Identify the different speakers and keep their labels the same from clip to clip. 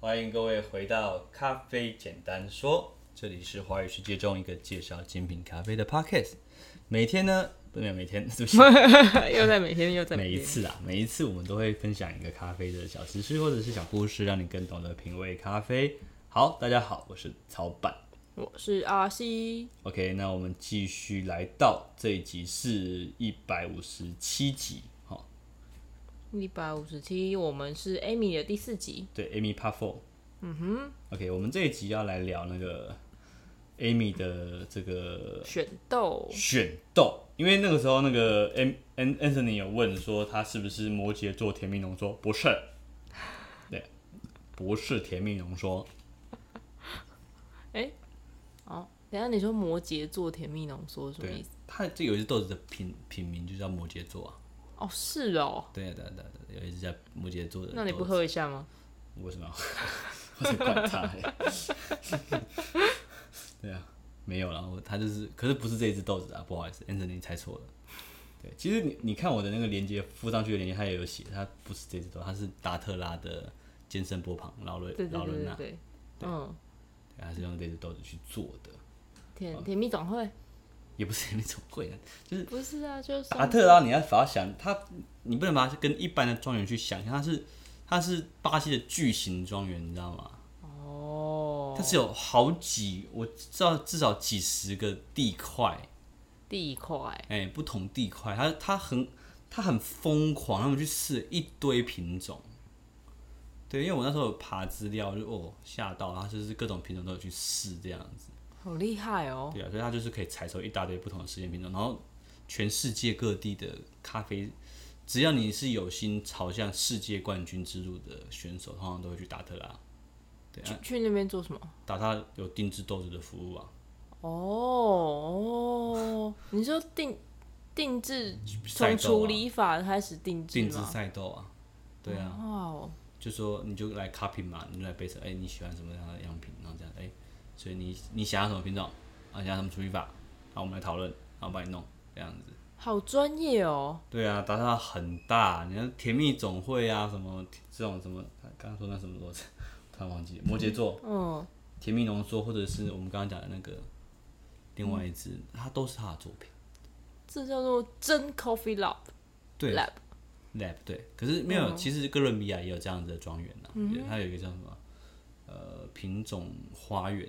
Speaker 1: 欢迎各位回到咖啡简单说，这里是华语世界中一个介绍精品咖啡的 podcast。每天呢，不没有每天， 对不起，
Speaker 2: 又在每天又在
Speaker 1: 每一
Speaker 2: 天
Speaker 1: 次啊，每一次我们都会分享一个咖啡的小知识或者是小故事，让你更懂得品味咖啡。好，大家好，我是曹板。
Speaker 2: 我是阿西，
Speaker 1: OK，那我们继续来到这一集是一百五十七集，好、
Speaker 2: 一百五十七，我们是 Amy 的第四集，
Speaker 1: 对，Amy Part Four。嗯哼。OK，我们这一集要来聊那个 Amy 的这个
Speaker 2: 选豆，
Speaker 1: 选斗，因为那个时候那个 An An Anthony 有问说他是不是摩羯座甜蜜浓缩，不是，对，不是甜蜜浓缩，
Speaker 2: 哦，等一下你说摩羯座甜蜜浓缩什么意
Speaker 1: 对
Speaker 2: 思？，
Speaker 1: 它这有一只豆子的品品名就叫摩羯座啊，
Speaker 2: 哦，是哦，
Speaker 1: 对啊对啊对啊对啊，有一只叫摩羯座的，
Speaker 2: 那你不？喝一下吗？
Speaker 1: 我为什么 要？我才管他嘞， 对啊，没有啦，我他就是，可是不是这一只豆子啊，不好意思，Anthony 猜错了。对，其实你你看我的那个链接附上去的链接，它也有写，它不是这只豆，它是达特拉的尖身波旁劳伦
Speaker 2: 对对
Speaker 1: 劳
Speaker 2: 对
Speaker 1: 伦
Speaker 2: 对
Speaker 1: 啊纳，对
Speaker 2: 对，嗯，
Speaker 1: 它是用这只豆子去做的，
Speaker 2: 甜甜蜜总会
Speaker 1: 也不是那种贵的，就是
Speaker 2: 不是啊，就是
Speaker 1: 达特拉，你要把它想，它你不能把它跟一般的庄园去想象，它是它是巴西的巨型庄园，你知道吗？
Speaker 2: 哦，
Speaker 1: 它是有好几，我知道至少几十个地块，
Speaker 2: 地块，
Speaker 1: 哎、不同地块，它它很它很疯狂，他们去试一堆品种。对，因为我那时候有爬资料，就哦吓到，它就是各种品种都有去试这样子。
Speaker 2: 好厉害哦，
Speaker 1: 对啊，所以它就是可以采收一大堆不同的实验品种，然后全世界各地的咖啡，只要你是有心朝向世界冠军之路的选手，通常都会去达特拉。对啊，
Speaker 2: 去去那边做什么？
Speaker 1: 达特拉有定制豆子的服务啊。
Speaker 2: 哦哦，你说定定制
Speaker 1: 赛
Speaker 2: 从
Speaker 1: 豆啊
Speaker 2: 处理法开始定制
Speaker 1: 定制
Speaker 2: 吗？
Speaker 1: 赛豆啊，对啊，
Speaker 2: 哇哦，
Speaker 1: 就说你就来 copy 嘛，你就来 base，哎、你喜欢什么样的样品，然后这样，哎、所以你你想要什么品种，啊，想要什么处理法，好，我们来讨论，然后帮你弄这样子。
Speaker 2: 好专业哦。
Speaker 1: 对啊，达到很大，你看甜蜜总会啊，什么这种什么，刚刚说那什么我突然忘记了，摩羯座，
Speaker 2: 嗯，
Speaker 1: 甜蜜浓缩，或者是我们刚刚讲的那个另外一支，它都是他的作品。
Speaker 2: 这叫做真 coffee lab
Speaker 1: 对
Speaker 2: lab
Speaker 1: lab 对，可是没有，其实哥伦比亚也有这样子的庄园呐，也它有一个叫什么呃品种花园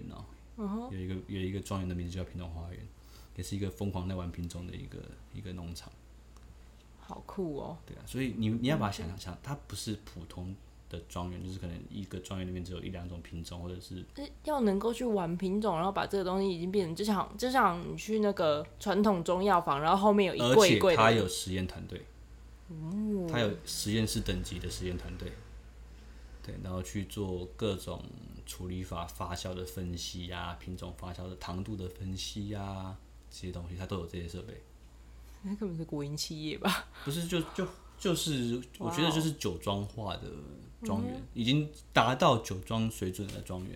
Speaker 1: 哦、有一个有一个庄园的名字叫品种花园，也是一个疯狂在玩品种的一个一个农场，
Speaker 2: 好酷哦！
Speaker 1: 对啊，所以你你要把它想想想，它不是普通的庄园，就是可能一个庄园里面只有一两种品种，或者是
Speaker 2: 是要能够去玩品种，然后把这个东西已经变成，就像就像你去那个传统中药房，然后后面有一
Speaker 1: 而
Speaker 2: 柜一
Speaker 1: 且
Speaker 2: 柜
Speaker 1: 它
Speaker 2: 的，
Speaker 1: 有实验团队，它有实验室等级的实验团队，对，然后去做各种处理法、发酵的分析呀、品种发酵的糖度的分析呀、这些东西它都有这些设备，
Speaker 2: 那根本是国营企业吧？
Speaker 1: 不是就就就是我
Speaker 2: 哇哦嗯
Speaker 1: 觉得就是酒庄化的庄园，已经达到酒庄水准的庄园，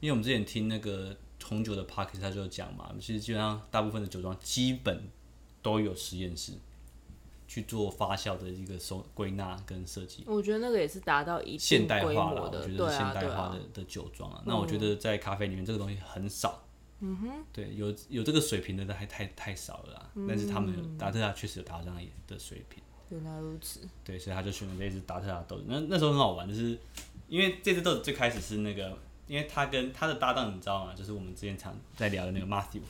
Speaker 1: 因为我们之前听那个红酒的 p a c k e t 他就有讲嘛，其实基本上大部分的酒庄基本都有实验室。去做发酵的一个收归纳跟设计，
Speaker 2: 我觉得那个也是达到一
Speaker 1: 现
Speaker 2: 定
Speaker 1: 代
Speaker 2: 规
Speaker 1: 化了，
Speaker 2: 模
Speaker 1: 我觉
Speaker 2: 的，
Speaker 1: 得
Speaker 2: 对
Speaker 1: 是现
Speaker 2: 啊
Speaker 1: 代
Speaker 2: 对
Speaker 1: 化的
Speaker 2: 啊，
Speaker 1: 的酒庄啊。那我觉得在咖啡里面这个东西很少，嗯哼，对，有有这个水平的还太太少了啦。
Speaker 2: 嗯
Speaker 1: 但是他们有达特拉确实有达到这样的水平，
Speaker 2: 原来如此。
Speaker 1: 对，所以他就选了这只达特拉豆子。那那时候很好玩，就是因为这只豆子最开始是那个，因为他跟他的搭档你知道吗？就是我们之前常在聊的那个 Matthew，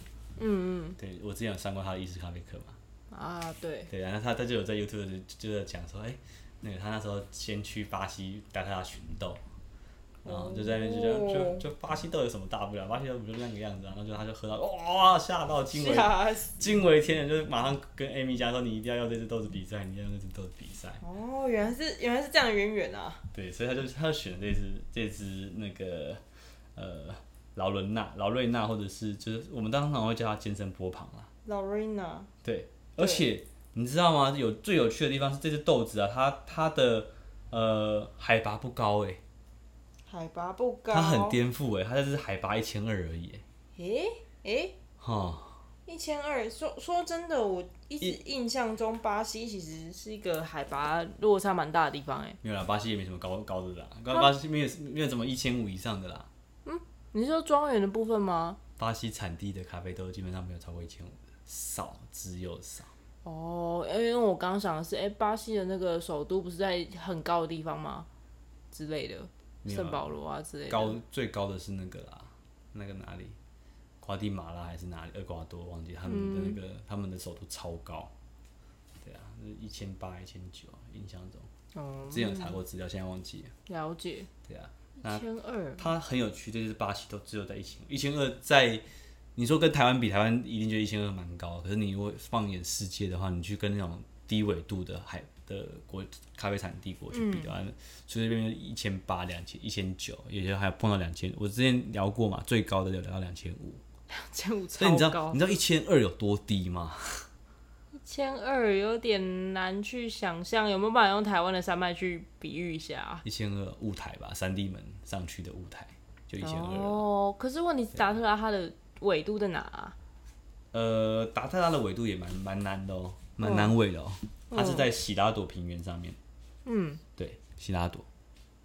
Speaker 1: 嗯嗯，对我之前有上过他的意式咖啡课嘛。
Speaker 2: 啊，对，
Speaker 1: 对，然后他他就有在 YouTube 就就有讲说，哎、那个他那时候先去巴西带他寻豆，然后就在那边就这样就
Speaker 2: 哦
Speaker 1: 就巴西豆有什么大不了？巴西豆不就那个样子啊？然后就他就喝到哇吓到惊为
Speaker 2: 死！
Speaker 1: 惊为天人，就是马上跟 Amy 讲说，你一定要用这只豆子比赛，你一定要用这只豆子比赛。
Speaker 2: 哦，原来是原来是这样的渊源啊！
Speaker 1: 对，所以他就他就选了这只这只那个呃劳伦纳劳瑞纳，或者是就是我们当场会叫它尖身波旁啦。
Speaker 2: 老瑞娜，
Speaker 1: 对，
Speaker 2: 对
Speaker 1: 而且你知道吗？有最有趣的地方是这只豆子啊，它它的呃海拔不高哎、
Speaker 2: 海拔不高
Speaker 1: 它很颠覆哎、它这是海拔一千二而已、欸，
Speaker 2: 诶诶，
Speaker 1: 欸哈，
Speaker 2: 一千二，说说真的，我一直印象中巴西其实是一个海拔落差蛮大的地方、欸，哎，
Speaker 1: 没有啦，巴西也没什么高高的啦，
Speaker 2: 啊
Speaker 1: 巴西没有没有怎么一千五以上的啦。
Speaker 2: 你是说庄园的部分吗？
Speaker 1: 巴西产地的咖啡豆基本上没有超过一千五的，少之又少。
Speaker 2: 哦，因为我刚想的是，哎、巴西的那个首都不是在很高的地方吗？之类的，
Speaker 1: 没有啊
Speaker 2: 圣保罗啊之类的。
Speaker 1: 高最高的是那个啦，那个哪里？瓜地马拉还是哪里？厄瓜多忘记他们的那
Speaker 2: 嗯
Speaker 1: 个、他们的首都超高，对啊，一千八、一千九，印象中。
Speaker 2: 嗯，
Speaker 1: 之前有查过资料，现在忘记了。
Speaker 2: 了解，
Speaker 1: 对啊，
Speaker 2: 一千二，
Speaker 1: 它很有趣，这就是巴西都只有在一千一千二，在你说跟台湾比，台湾一定觉得一千二蛮高，可是你如果放眼世界的话，你去跟那种低纬度的海的国咖啡产地国去比的
Speaker 2: 嗯
Speaker 1: 话，随随便便一千八、两千、一千九，有些还有碰到两千。我之前聊过嘛，最高的有聊到两千五，
Speaker 2: 千五
Speaker 1: 所以你
Speaker 2: 超
Speaker 1: 知道
Speaker 2: 高
Speaker 1: 你，知道一千二有多低吗？
Speaker 2: 一千二有点难去想象，有没有办法用台湾的山脉去比喻一下啊？
Speaker 1: 一千二雾台吧，三地门上去的雾台就一千二。啊
Speaker 2: 哦，可是问题是达特拉它的纬度在哪啊、
Speaker 1: 呃，达特拉的纬度也蛮蛮难的哦，蛮难纬的哦。它是在喜拉朵平原上面。嗯，对，喜拉朵。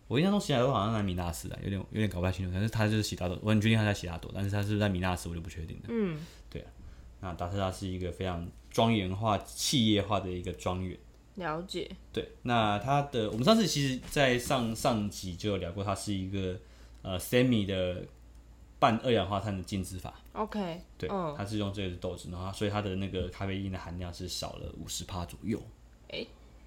Speaker 1: 我印象中喜拉朵好像在米纳斯啊，有点有点搞不太清楚，但是它就是喜拉朵，我很确定它在喜拉朵，但是它是不是在米纳斯我就不确定了。嗯，对啊。那达特拉是一个非常庄园化、企业化的一个庄园。
Speaker 2: 了解，
Speaker 1: 对，那它的我们上次其实，在上上集就有聊过，它是一个呃 semi 的半二氧化碳的浸渍法。
Speaker 2: OK，
Speaker 1: 对，
Speaker 2: 嗯，
Speaker 1: 它是用这个豆子，然后它所以它的那个咖啡因的含量是少了五十帕左右，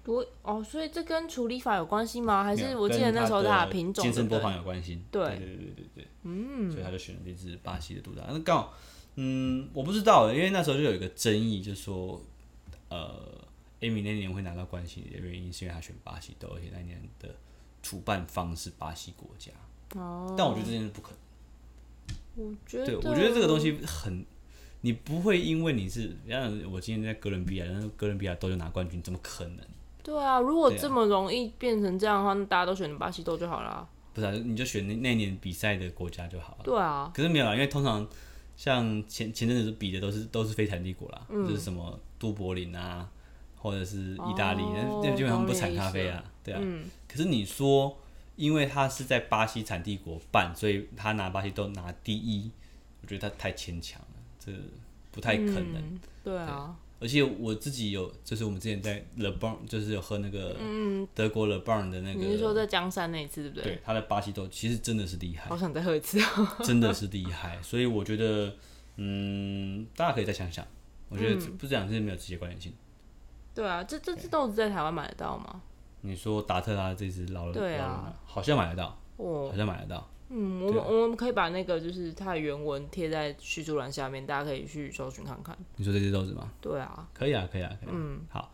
Speaker 2: 我哦，所以这跟处理法有关系吗？还
Speaker 1: 没
Speaker 2: 是
Speaker 1: 有
Speaker 2: 我记得
Speaker 1: 跟
Speaker 2: 那时候
Speaker 1: 它
Speaker 2: 的品种
Speaker 1: 健身
Speaker 2: 对
Speaker 1: 波
Speaker 2: 不对
Speaker 1: 旁有关系。
Speaker 2: 对
Speaker 1: 对对对对对，嗯，所以他就选了这支巴西的杜达。那刚好，嗯，我不知道，因为那时候就有一个争议，就是说，呃，Amy 那年会拿到冠军的原因是因为他选巴西豆，而且那年的主办方是巴西国家。
Speaker 2: 哦，
Speaker 1: 但我觉得这件事不可能。
Speaker 2: 我觉
Speaker 1: 对，
Speaker 2: 得
Speaker 1: 我觉得这个东西很。你不会因为你是，像我今天在哥伦比亚，然后哥伦比亚豆就拿冠军，怎么可能？
Speaker 2: 对啊，如果
Speaker 1: 对啊
Speaker 2: 这么容易变成这样的话，那大家都选巴西豆就好啦。
Speaker 1: 不是、啊，你就选那那年比赛的国家就好了。
Speaker 2: 对啊，
Speaker 1: 可是没有啦，因为通常像前前阵子比的都是都是非产地国啦，就是什么都柏林啊，或者是意大利，那、
Speaker 2: 哦
Speaker 1: 那基本上不
Speaker 2: 懂
Speaker 1: 产
Speaker 2: 你
Speaker 1: 咖
Speaker 2: 意思
Speaker 1: 啡啊，对啊。可是你说，因为他是在巴西产地国办，所以他拿巴西都拿第一，我觉得他太牵强了，这不太可能。
Speaker 2: 嗯对啊，
Speaker 1: 而且我自己有，就是我们之前在 Le Bon，就是有喝那个德国 Le Bon 的那
Speaker 2: 嗯你
Speaker 1: 个，
Speaker 2: 是说在江山那一次对不对？
Speaker 1: 对，它的巴西豆其实真的是厉害。
Speaker 2: 好想再喝一次。啊
Speaker 1: 真的是厉害，所以我觉得，嗯，大家可以再想想。我觉得
Speaker 2: 嗯
Speaker 1: 不这两是没有直接关联性。
Speaker 2: 对啊，这这这豆子在台湾买得到吗？
Speaker 1: 你说达特拉这只老了，
Speaker 2: 对啊
Speaker 1: 老了好像买得到，
Speaker 2: 哦，
Speaker 1: 好像买得到。
Speaker 2: 嗯，我们
Speaker 1: 啊
Speaker 2: 我们可以把那个就是它的原文贴在叙述栏下面，大家可以去搜寻看看。
Speaker 1: 你说这只豆子吗？
Speaker 2: 对啊，
Speaker 1: 可以啊，可以啊，可以、嗯，好，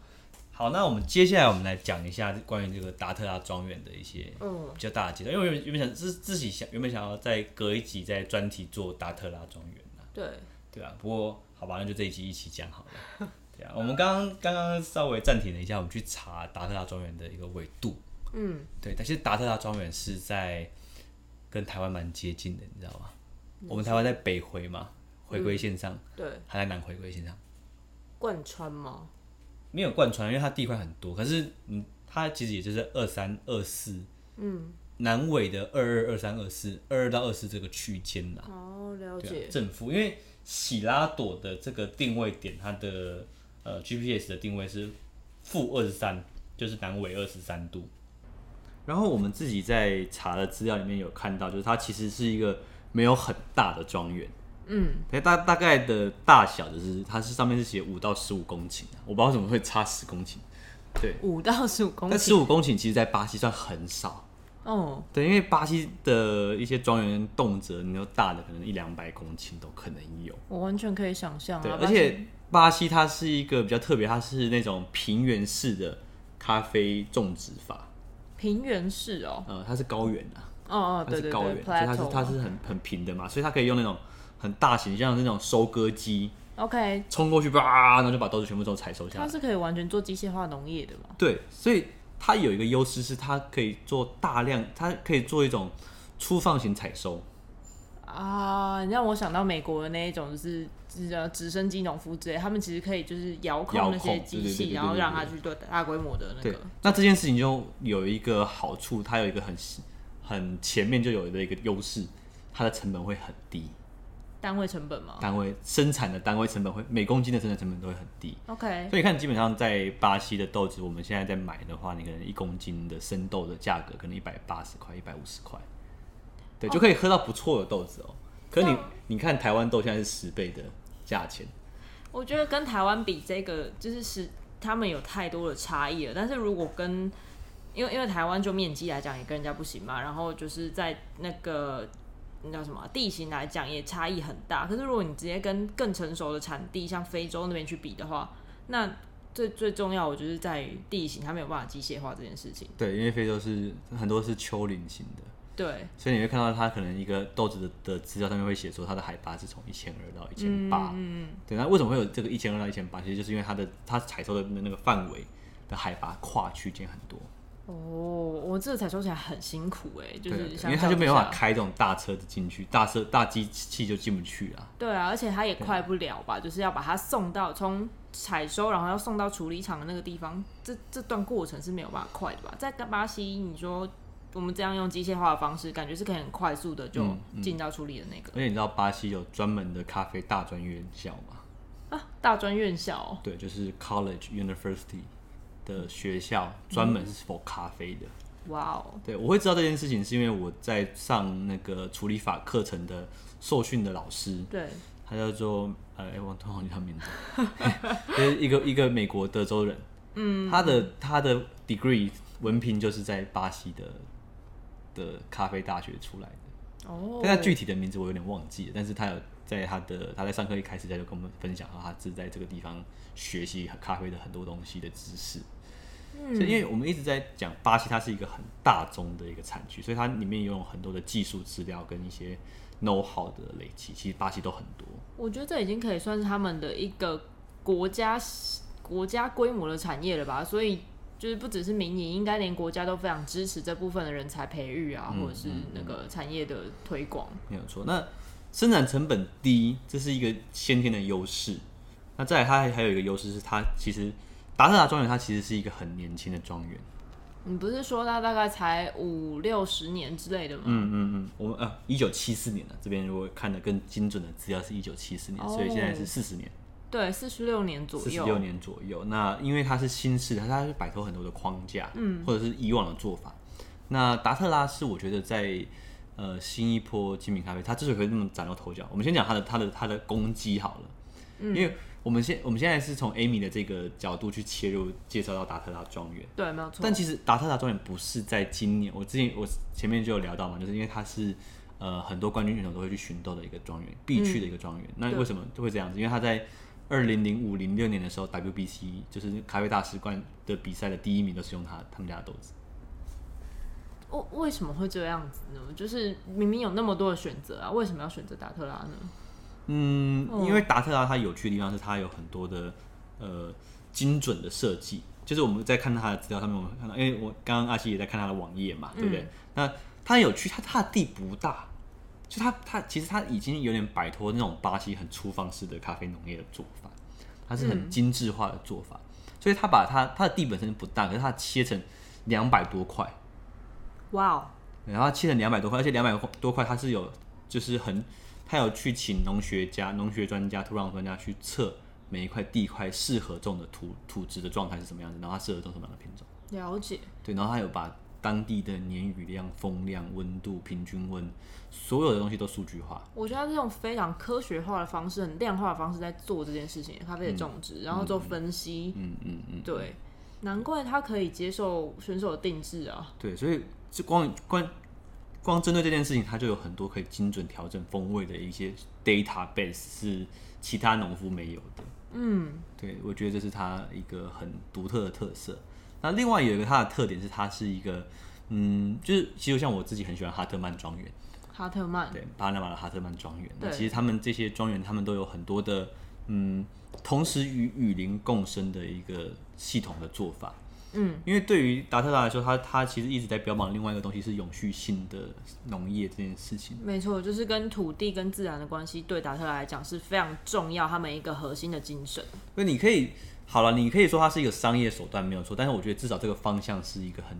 Speaker 1: 好，那我们接下来我们来讲一下关于这个达特拉庄园的一些
Speaker 2: 嗯
Speaker 1: 比较大的阶段，因为我原原本想自自己想原本想要再隔一集再专题做达特拉庄园啊，
Speaker 2: 对，
Speaker 1: 对啊，不过好吧，那就这一集一起讲好了。 对啊，我们刚刚刚刚稍微暂停了一下，我们去查达特拉庄园的一个纬度。
Speaker 2: 嗯，
Speaker 1: 对，但是达特拉庄园是在跟台湾蛮接近的，你知道吗？我们台湾在北回嘛，回归线上，
Speaker 2: 嗯对，
Speaker 1: 还在南回归线上，
Speaker 2: 贯穿吗？
Speaker 1: 没有贯穿，因为它地块很多。可是，嗯，它其实也就是二三二四，嗯，南纬的二二二三二四，二二到二四这个区间啦。
Speaker 2: 哦，了
Speaker 1: 对啊
Speaker 2: 解，，
Speaker 1: 正负，因为喜拉朵的这个定位点，它的呃 GPS 的定位是负二十三，就是南纬二十三度。然后我们自己在查的资料里面有看到，就是它其实是一个没有很大的庄园，
Speaker 2: 嗯，
Speaker 1: 它大大概的大小就是它是上面是写五到十五公顷啊，我不知道为什么会差十公顷，对，
Speaker 2: 五到十五公
Speaker 1: 但
Speaker 2: 里。
Speaker 1: 十五公顷其实在巴西算很少，
Speaker 2: 哦，
Speaker 1: 对，因为巴西的一些庄园动辄你就大的可能一两百公顷都可能有。
Speaker 2: 我完全可以想象啊。
Speaker 1: 对，
Speaker 2: 巴
Speaker 1: 而
Speaker 2: 西
Speaker 1: 且巴西它是一个比较特别，它是那种平原式的咖啡种植法，
Speaker 2: 平原式哦，
Speaker 1: 呃，它是高原啊，
Speaker 2: 哦哦，
Speaker 1: 它
Speaker 2: 对
Speaker 1: 是
Speaker 2: 对
Speaker 1: 高原，
Speaker 2: 对
Speaker 1: 所以它是
Speaker 2: ，plateau
Speaker 1: 它是很很平的嘛，所以它可以用那种很大型，像那种收割机
Speaker 2: OK，
Speaker 1: 冲过去，叭，然后就把豆子全部都采收下
Speaker 2: 它
Speaker 1: 来。
Speaker 2: 是可以完全做机械化农业的嘛？
Speaker 1: 对，所以它有一个优势是它可以做大量，它可以做一种粗放型采收，
Speaker 2: 啊，你让我想到美国的那一种，就是呃直升机农夫之类，他们其实可以就是遥控那
Speaker 1: 遥
Speaker 2: 些
Speaker 1: 控
Speaker 2: 机
Speaker 1: 对对对
Speaker 2: 器，
Speaker 1: 对
Speaker 2: 然后
Speaker 1: 对对
Speaker 2: 让它去做大规模的那
Speaker 1: 对
Speaker 2: 个。，
Speaker 1: 那这件事情就有一个好处，它有一个很很前面就有的一个优势，它的成本会很低，
Speaker 2: 单位成本嘛。
Speaker 1: 单位生产的单位成本会每公斤的生产成本都会很低。
Speaker 2: OK，
Speaker 1: 所以你看，基本上在巴西的豆子，我们现在在买的话，你可能一公斤的生豆的价格可能一百八十块、一百五十块，对，就可以喝到不错的豆子哦。可是你你看台湾豆现在是十倍的价钱，
Speaker 2: 我觉得跟台湾比，这个就是是他们有太多的差异了。但是如果跟因为因为台湾就面积来讲也跟人家不行嘛，然后就是在那个那叫什么啊地形来讲也差异很大。可是如果你直接跟更成熟的产地，像非洲那边去比的话，那最最重要，我觉得是在于地形，它没有办法机械化这件事情。
Speaker 1: 对，因为非洲是很多是丘陵型的，
Speaker 2: 对，
Speaker 1: 所以你会看到它可能一个豆子的的资料上面会写说它的海拔是从一千二到一千
Speaker 2: 嗯
Speaker 1: 八，对，那为什么会有这个一千二到一千八？其实就是因为它的它采收的那个范围的海拔跨区间很多，
Speaker 2: 哦，我这个采收起来很辛苦哎、就
Speaker 1: 对
Speaker 2: 是
Speaker 1: 对对
Speaker 2: 相
Speaker 1: 因为它
Speaker 2: 较
Speaker 1: 就
Speaker 2: 之
Speaker 1: 没有办法
Speaker 2: 下
Speaker 1: 开这种大车子进去，大车大机器就进不去啊。
Speaker 2: 对啊，而且它也快不了吧，就是要把它送到从采收，然后要送到处理厂的那个地方，这这段过程是没有办法快的吧？在巴西，你说我们这样用机械化的方式，感觉是可以很快速的就
Speaker 1: 嗯
Speaker 2: 进到处理的那个、
Speaker 1: 而且你知道巴西有专门的咖啡大专院校吗？
Speaker 2: 啊，大专院校哦、
Speaker 1: 对，就是 college university 的学校，专
Speaker 2: 嗯
Speaker 1: 门是 for 咖啡的。
Speaker 2: 哇哦，
Speaker 1: 对，我会知道这件事情是因为我在上那个处理法课程的受训的老师，
Speaker 2: 对，
Speaker 1: 他叫做呃，哎、我突然忘记他名字， 就是一个一个美国德州人，嗯，他的他的 degree 文凭就是在巴西的的咖啡大学出来的，
Speaker 2: 哦，
Speaker 1: 但他具体的名字我有点忘记了，但是他有在他的他在上课一开始他就跟我们分享说他是在这个地方学习咖啡的很多东西的知识，所以因为我们一直在讲巴西，它是一个很大宗的一个产区，所以它里面有很多的技术资料跟一些 know how 的累积，其实巴西都很多。
Speaker 2: 我觉得这已经可以算是他们的一个国家国家规模的产业了吧，所以。就是不只是民营，应该连国家都非常支持这部分的人才培育啊，
Speaker 1: 嗯
Speaker 2: 或者是那个产业的推广。
Speaker 1: 没有错。那生产成本低，这是一个先天的优势。那再来，它还有一个优势是，它其实达特达庄园，它其实是一个很年轻的庄园。
Speaker 2: 你不是说他大概才五六十年之类的吗？
Speaker 1: 嗯嗯嗯，我们呃，一九七四年了，这边如果看的更精准的资料是一九七四年，
Speaker 2: 哦
Speaker 1: 所以现在是四十年，
Speaker 2: 对，四十六年左
Speaker 1: 四十六
Speaker 2: 右。
Speaker 1: 年左右。那因为它是新式，它它是摆脱很多的框架，嗯，或者是以往的做法。那达特拉是我觉得在呃新一波精品咖啡，它之所以会那么崭露头角，我们先讲它的它的它的攻击好了。
Speaker 2: 嗯
Speaker 1: 因为我们现我们现在是从 Amy 的这个角度去切入，介绍到达特达庄园。
Speaker 2: 对，没有错
Speaker 1: 但。其实达特达庄园不是在今年，我之前我前面就有聊到嘛，就是因为它是呃很多冠军选手都会去寻斗的一个庄园，必去的一个庄园。那
Speaker 2: 嗯对
Speaker 1: 为什么会这样子？因为它在二零零五零六年的时候，WBC 就是咖啡大师冠的比赛的第一名都是用它他们家的豆子。
Speaker 2: 为为什么会这样子呢？就是明明有那么多的选择啊，为什么要选择达特拉呢？
Speaker 1: 嗯，
Speaker 2: 嗯
Speaker 1: 因为达特拉它有趣的地方是它有很多的呃精准的设计，就是我们在看它的资料上面，我们看到，因为我刚刚阿西也在看它的网页嘛，对不对？那它有趣，它它的地不大，就它它其实它已经有点摆脱那种巴西很粗放式的咖啡农业的做法，它是很精致化的做法，所以它把它它的地本身不大，可是它切成两百多块，
Speaker 2: 哇哦，
Speaker 1: 然后它切成两百多块，而且两百多块它是有，就是很，它有去请农学家、农学专家、土壤专家去测每一块地块适合种的土土质的状态是什么样子，然后它适合种什么样的品种。
Speaker 2: 了解。
Speaker 1: 对，然后它有把当地的年雨量、风量、温度、平均温，所有的东西都数据化。
Speaker 2: 我觉得他是用非常科学化的方式、很量化的方式在做这件事情，咖啡的种植，然后做分析。
Speaker 1: 嗯嗯嗯，
Speaker 2: 对，难怪他可以接受选手的定制啊。
Speaker 1: 对，所以这光光光针对这件事情，它就有很多可以精准调整风味的一些 database 是其他农夫没有的。
Speaker 2: 嗯，
Speaker 1: 对，我觉得这是它一个很独特的特色。那另外有一个它的特点是，它是一个，嗯，就是其实像我自己很喜欢哈特曼庄园，
Speaker 2: 哈特曼。
Speaker 1: 对，巴拿马的哈特曼庄园。那
Speaker 2: 嗯对
Speaker 1: 其实他们这些庄园，他们都有很多的，嗯，同时与雨林共生的一个系统的做法。嗯，因为对于达特达来说，它它其实一直在标榜另外一个东西是永续性的农业这件事情。
Speaker 2: 没错，就是跟土地跟自然的关系，对达特来讲是非常重要，他们一个核心的精神。
Speaker 1: 所以你可以好了，你可以说它是一个商业手段没有错，但是我觉得至少这个方向是一个很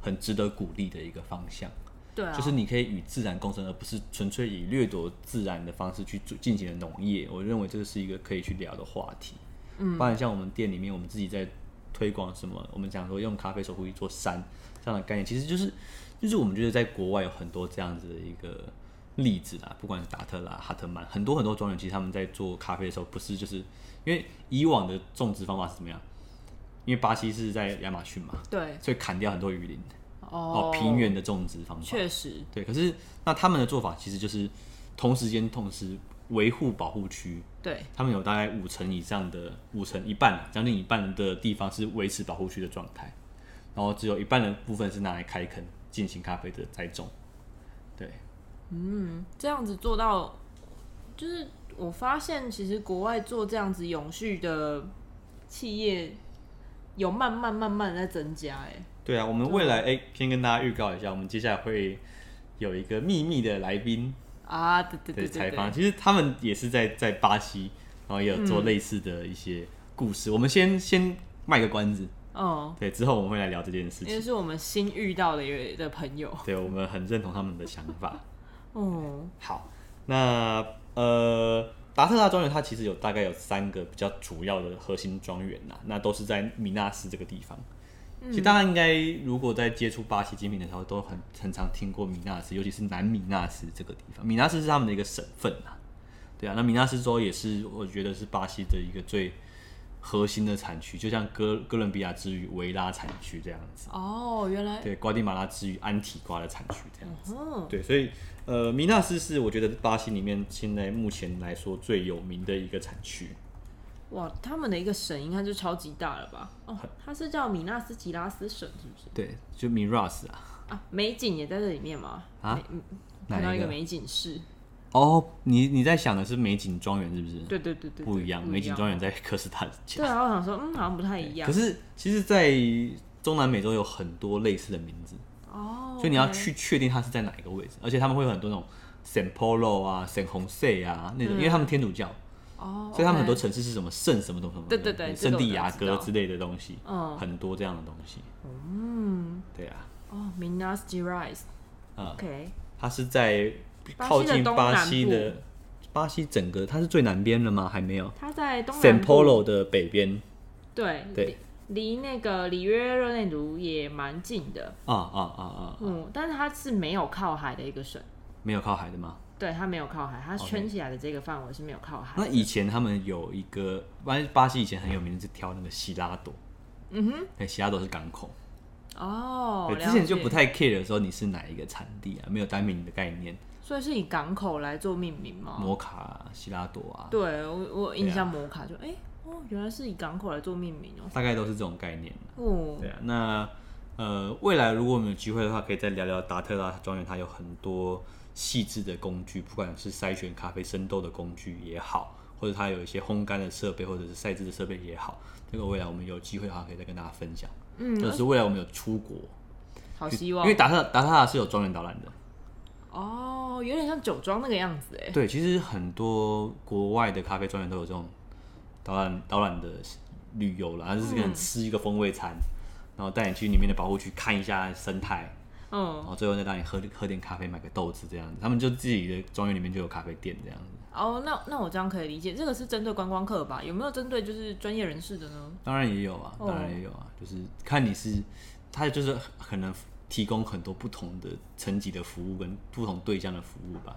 Speaker 1: 很值得鼓励的一个方向。
Speaker 2: 对啊，
Speaker 1: 就是你可以与自然共生，而不是纯粹以掠夺自然的方式去做进行的农业。我认为这是一个可以去聊的话题。嗯，包含像我们店里面，我们自己在推广什么，我们讲说用咖啡守护一座山这样的概念，其实就是就是我们觉得在国外有很多这样子的一个例子啦，不管是达特啦、哈特曼，很多很多庄园，其实他们在做咖啡的时候，不是就是因为以往的种植方法是怎么样？因为巴西是在亚马逊嘛，
Speaker 2: 对，
Speaker 1: 所以砍掉很多雨林
Speaker 2: 哦
Speaker 1: 哦，平原的种植方法。
Speaker 2: 确实，
Speaker 1: 对，可是那他们的做法其实就是同时间同时维护保护区，
Speaker 2: 对，
Speaker 1: 他们有大概五成以上的五成一半，将近一半的地方是维持保护区的状态，然后只有一半的部分是拿来开垦进行咖啡的栽种。对，
Speaker 2: 这样子做到，就是我发现其实国外做这样子永续的企业，有慢慢慢慢地在增加、哎，
Speaker 1: 对啊，我们未来哎、先跟大家预告一下，我们接下来会有一个秘密的来宾
Speaker 2: 啊，对对
Speaker 1: 对
Speaker 2: 对
Speaker 1: 采
Speaker 2: 对
Speaker 1: 访，
Speaker 2: 对，嗯
Speaker 1: 其实他们也是在在巴西，然后也有做类似的一些故事。我们先先卖个关子，
Speaker 2: 哦，
Speaker 1: 对，之后我们会来聊这件事
Speaker 2: 因
Speaker 1: 情
Speaker 2: 为。是我们新遇到的一位的朋友，
Speaker 1: 对我们很认同他们的想法。
Speaker 2: 哦，
Speaker 1: 好，那呃，达特大庄园它其实有大概有三个比较主要的核心庄园呐，那都是在米纳斯这个地方。其实大家应该如果在接触巴西精品的时候，都很很常听过米纳斯，尤其是南米纳斯这个地方。米纳斯是他们的一个省份啊，对啊，那米纳斯州也是我觉得是巴西的一个最核心的产区，就像哥哥伦比亚之于维拉产区这样子，
Speaker 2: 哦，原来，
Speaker 1: 对，瓜地马拉之于安提瓜的产区这样子。
Speaker 2: 嗯，
Speaker 1: 对，所以呃，米纳斯是我觉得巴西里面现在目前来说最有名的一个产区。
Speaker 2: 哇，他们的一个省应该就超级大了吧？哦，它是叫米纳斯吉拉斯省是不是？
Speaker 1: 对，就米拉斯啊。
Speaker 2: 啊，美景也在这里面吗？
Speaker 1: 啊
Speaker 2: 美，嗯
Speaker 1: 哪
Speaker 2: 看到
Speaker 1: 一
Speaker 2: 一个
Speaker 1: 个
Speaker 2: 美景市，
Speaker 1: 哦，你你在想的是美景庄园是不是？
Speaker 2: 对对对对，
Speaker 1: 不
Speaker 2: 对
Speaker 1: 一样，美景庄园在科斯塔
Speaker 2: 对
Speaker 1: 加。
Speaker 2: 啊，我想说，嗯，好像不太一样
Speaker 1: 可。是其实，在中南美洲有很多类似的名字，
Speaker 2: 哦，
Speaker 1: 所以你要
Speaker 2: OK
Speaker 1: 去确定它是在哪一个位置，而且他们会有很多那种 San Polo 啊、San Jose 啊那种，因为他
Speaker 2: 嗯
Speaker 1: 们天主教，
Speaker 2: 哦，
Speaker 1: 所以他们很多
Speaker 2: OK
Speaker 1: 城市是什么圣什么东什么，
Speaker 2: 对对对这
Speaker 1: 圣
Speaker 2: 个我
Speaker 1: 地
Speaker 2: 都
Speaker 1: 亚
Speaker 2: 知
Speaker 1: 哥
Speaker 2: 道
Speaker 1: 之类的东西，
Speaker 2: 嗯
Speaker 1: 很多这样的东西。嗯，对啊，
Speaker 2: 哦，Minas Gerais，OK，
Speaker 1: 啊、它是在
Speaker 2: 巴西
Speaker 1: 靠
Speaker 2: 的
Speaker 1: 近巴西
Speaker 2: 东
Speaker 1: 的
Speaker 2: 南
Speaker 1: 巴西整个，它是最南边的吗？还没有
Speaker 2: 它在东南
Speaker 1: ，San
Speaker 2: 部
Speaker 1: Polo 的北边
Speaker 2: 对
Speaker 1: 对
Speaker 2: 离离那个里约热内卢也蛮近的，
Speaker 1: 啊啊啊啊，
Speaker 2: 嗯，但是它是没有靠海的一个省，
Speaker 1: 没有靠海的吗？
Speaker 2: 对，它没有靠海，它
Speaker 1: OK
Speaker 2: 圈起来的这个范围是没有靠海
Speaker 1: 那。以前他们有一个，巴巴西以前很有名的是挑那个希拉朵，嗯哼，对，希拉朵是港口，
Speaker 2: 哦，
Speaker 1: 对，
Speaker 2: 了
Speaker 1: 之前就
Speaker 2: 解
Speaker 1: 不，太 care 的时候你是哪一个产地啊，没有单名的概念，
Speaker 2: 所以是以港口来做命名吗？
Speaker 1: 摩卡、啊、希拉朵啊，
Speaker 2: 对我我印
Speaker 1: 对啊
Speaker 2: 象摩卡就哎、哦，原来是以港口来做命名哦。
Speaker 1: 大概都是这种概念。
Speaker 2: 哦，
Speaker 1: 对啊，那呃，未来如果我们有机会的话，可以再聊聊达特拉庄园，它有很多细致的工具，不管是筛选咖啡生豆的工具也好，或者它有一些烘干的设备，或者是晒制的设备也好，这个未来我们有机会的话，可以再跟大家分享。
Speaker 2: 嗯
Speaker 1: 或者是未来我们有出国，
Speaker 2: 好
Speaker 1: 去
Speaker 2: 希望
Speaker 1: 因为达特达特拉是有庄园导览的。
Speaker 2: 哦，有点像酒庄那个样子哎。
Speaker 1: 对，其实很多国外的咖啡庄园都有这种导览导览的旅游啦，它就是可能吃一个风味餐，然后带你去里面的保护区看一下生态。然
Speaker 2: 嗯，
Speaker 1: 哦后最后再让你喝喝点咖啡，买个豆子这样子。他们就自己的庄园里面就有咖啡店这样子。
Speaker 2: 哦，那那我这样可以理解，这个是针对观光客吧？有没有针对就是专业人士的呢？
Speaker 1: 当然也有啊，
Speaker 2: 哦
Speaker 1: 当然也有啊，就是看你是，他就是可能提供很多不同的层级的服务跟不同对象的服务吧，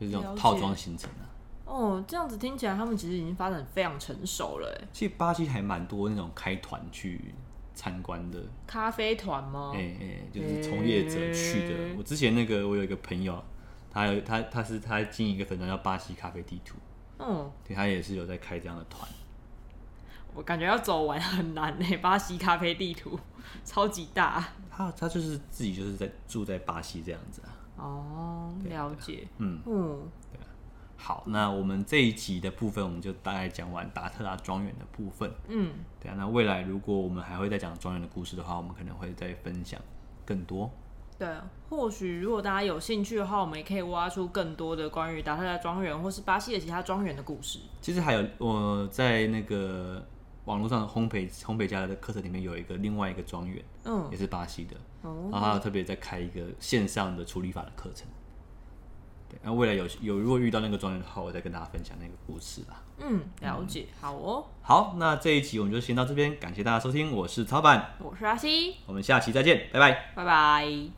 Speaker 1: 就是这
Speaker 2: 嗯了
Speaker 1: 种
Speaker 2: 解
Speaker 1: 套装行程啊。
Speaker 2: 哦，这样子听起来他们其实已经发展非常成熟了哎。
Speaker 1: 其实巴西还蛮多那种开团去参观的，
Speaker 2: 咖啡团吗
Speaker 1: 哎、？哎、就是从业者去的。
Speaker 2: 嗯
Speaker 1: 我之前那个我有一个朋友，他有他他是他经营一个粉团叫巴西咖啡地图，
Speaker 2: 嗯，
Speaker 1: 对他也是有在开这样的团。
Speaker 2: 我感觉要走完很难哎，巴西咖啡地图 超级大。
Speaker 1: 他他就是自己就是在住在巴西这样子啊，
Speaker 2: 哦，了解。
Speaker 1: 嗯，
Speaker 2: 嗯，
Speaker 1: 好，那我们这一集的部分，我们就大概讲完达特拉庄园的部分。
Speaker 2: 嗯，
Speaker 1: 对啊，那未来如果我们还会再讲庄园的故事的话，我们可能会再分享更多。
Speaker 2: 对，或许如果大家有兴趣的话，我们也可以挖出更多的关于达特拉庄园或是巴西的其他庄园的故事。
Speaker 1: 其实还有我在那个网络上的烘焙烘焙家的课程里面有一个另外一个庄园，
Speaker 2: 嗯，
Speaker 1: 也是巴西的，
Speaker 2: 哦，
Speaker 1: 然后他有特别在开一个线上的处理法的课程。对，那未来有有如果遇到那个庄园的话，我再跟大家分享那个故事啦。
Speaker 2: 嗯，了解，好哦，
Speaker 1: 好，那这一集我们就先到这边，感谢大家收听，我是曹板，
Speaker 2: 我是阿西，
Speaker 1: 我们下期再见，拜拜。
Speaker 2: 拜拜。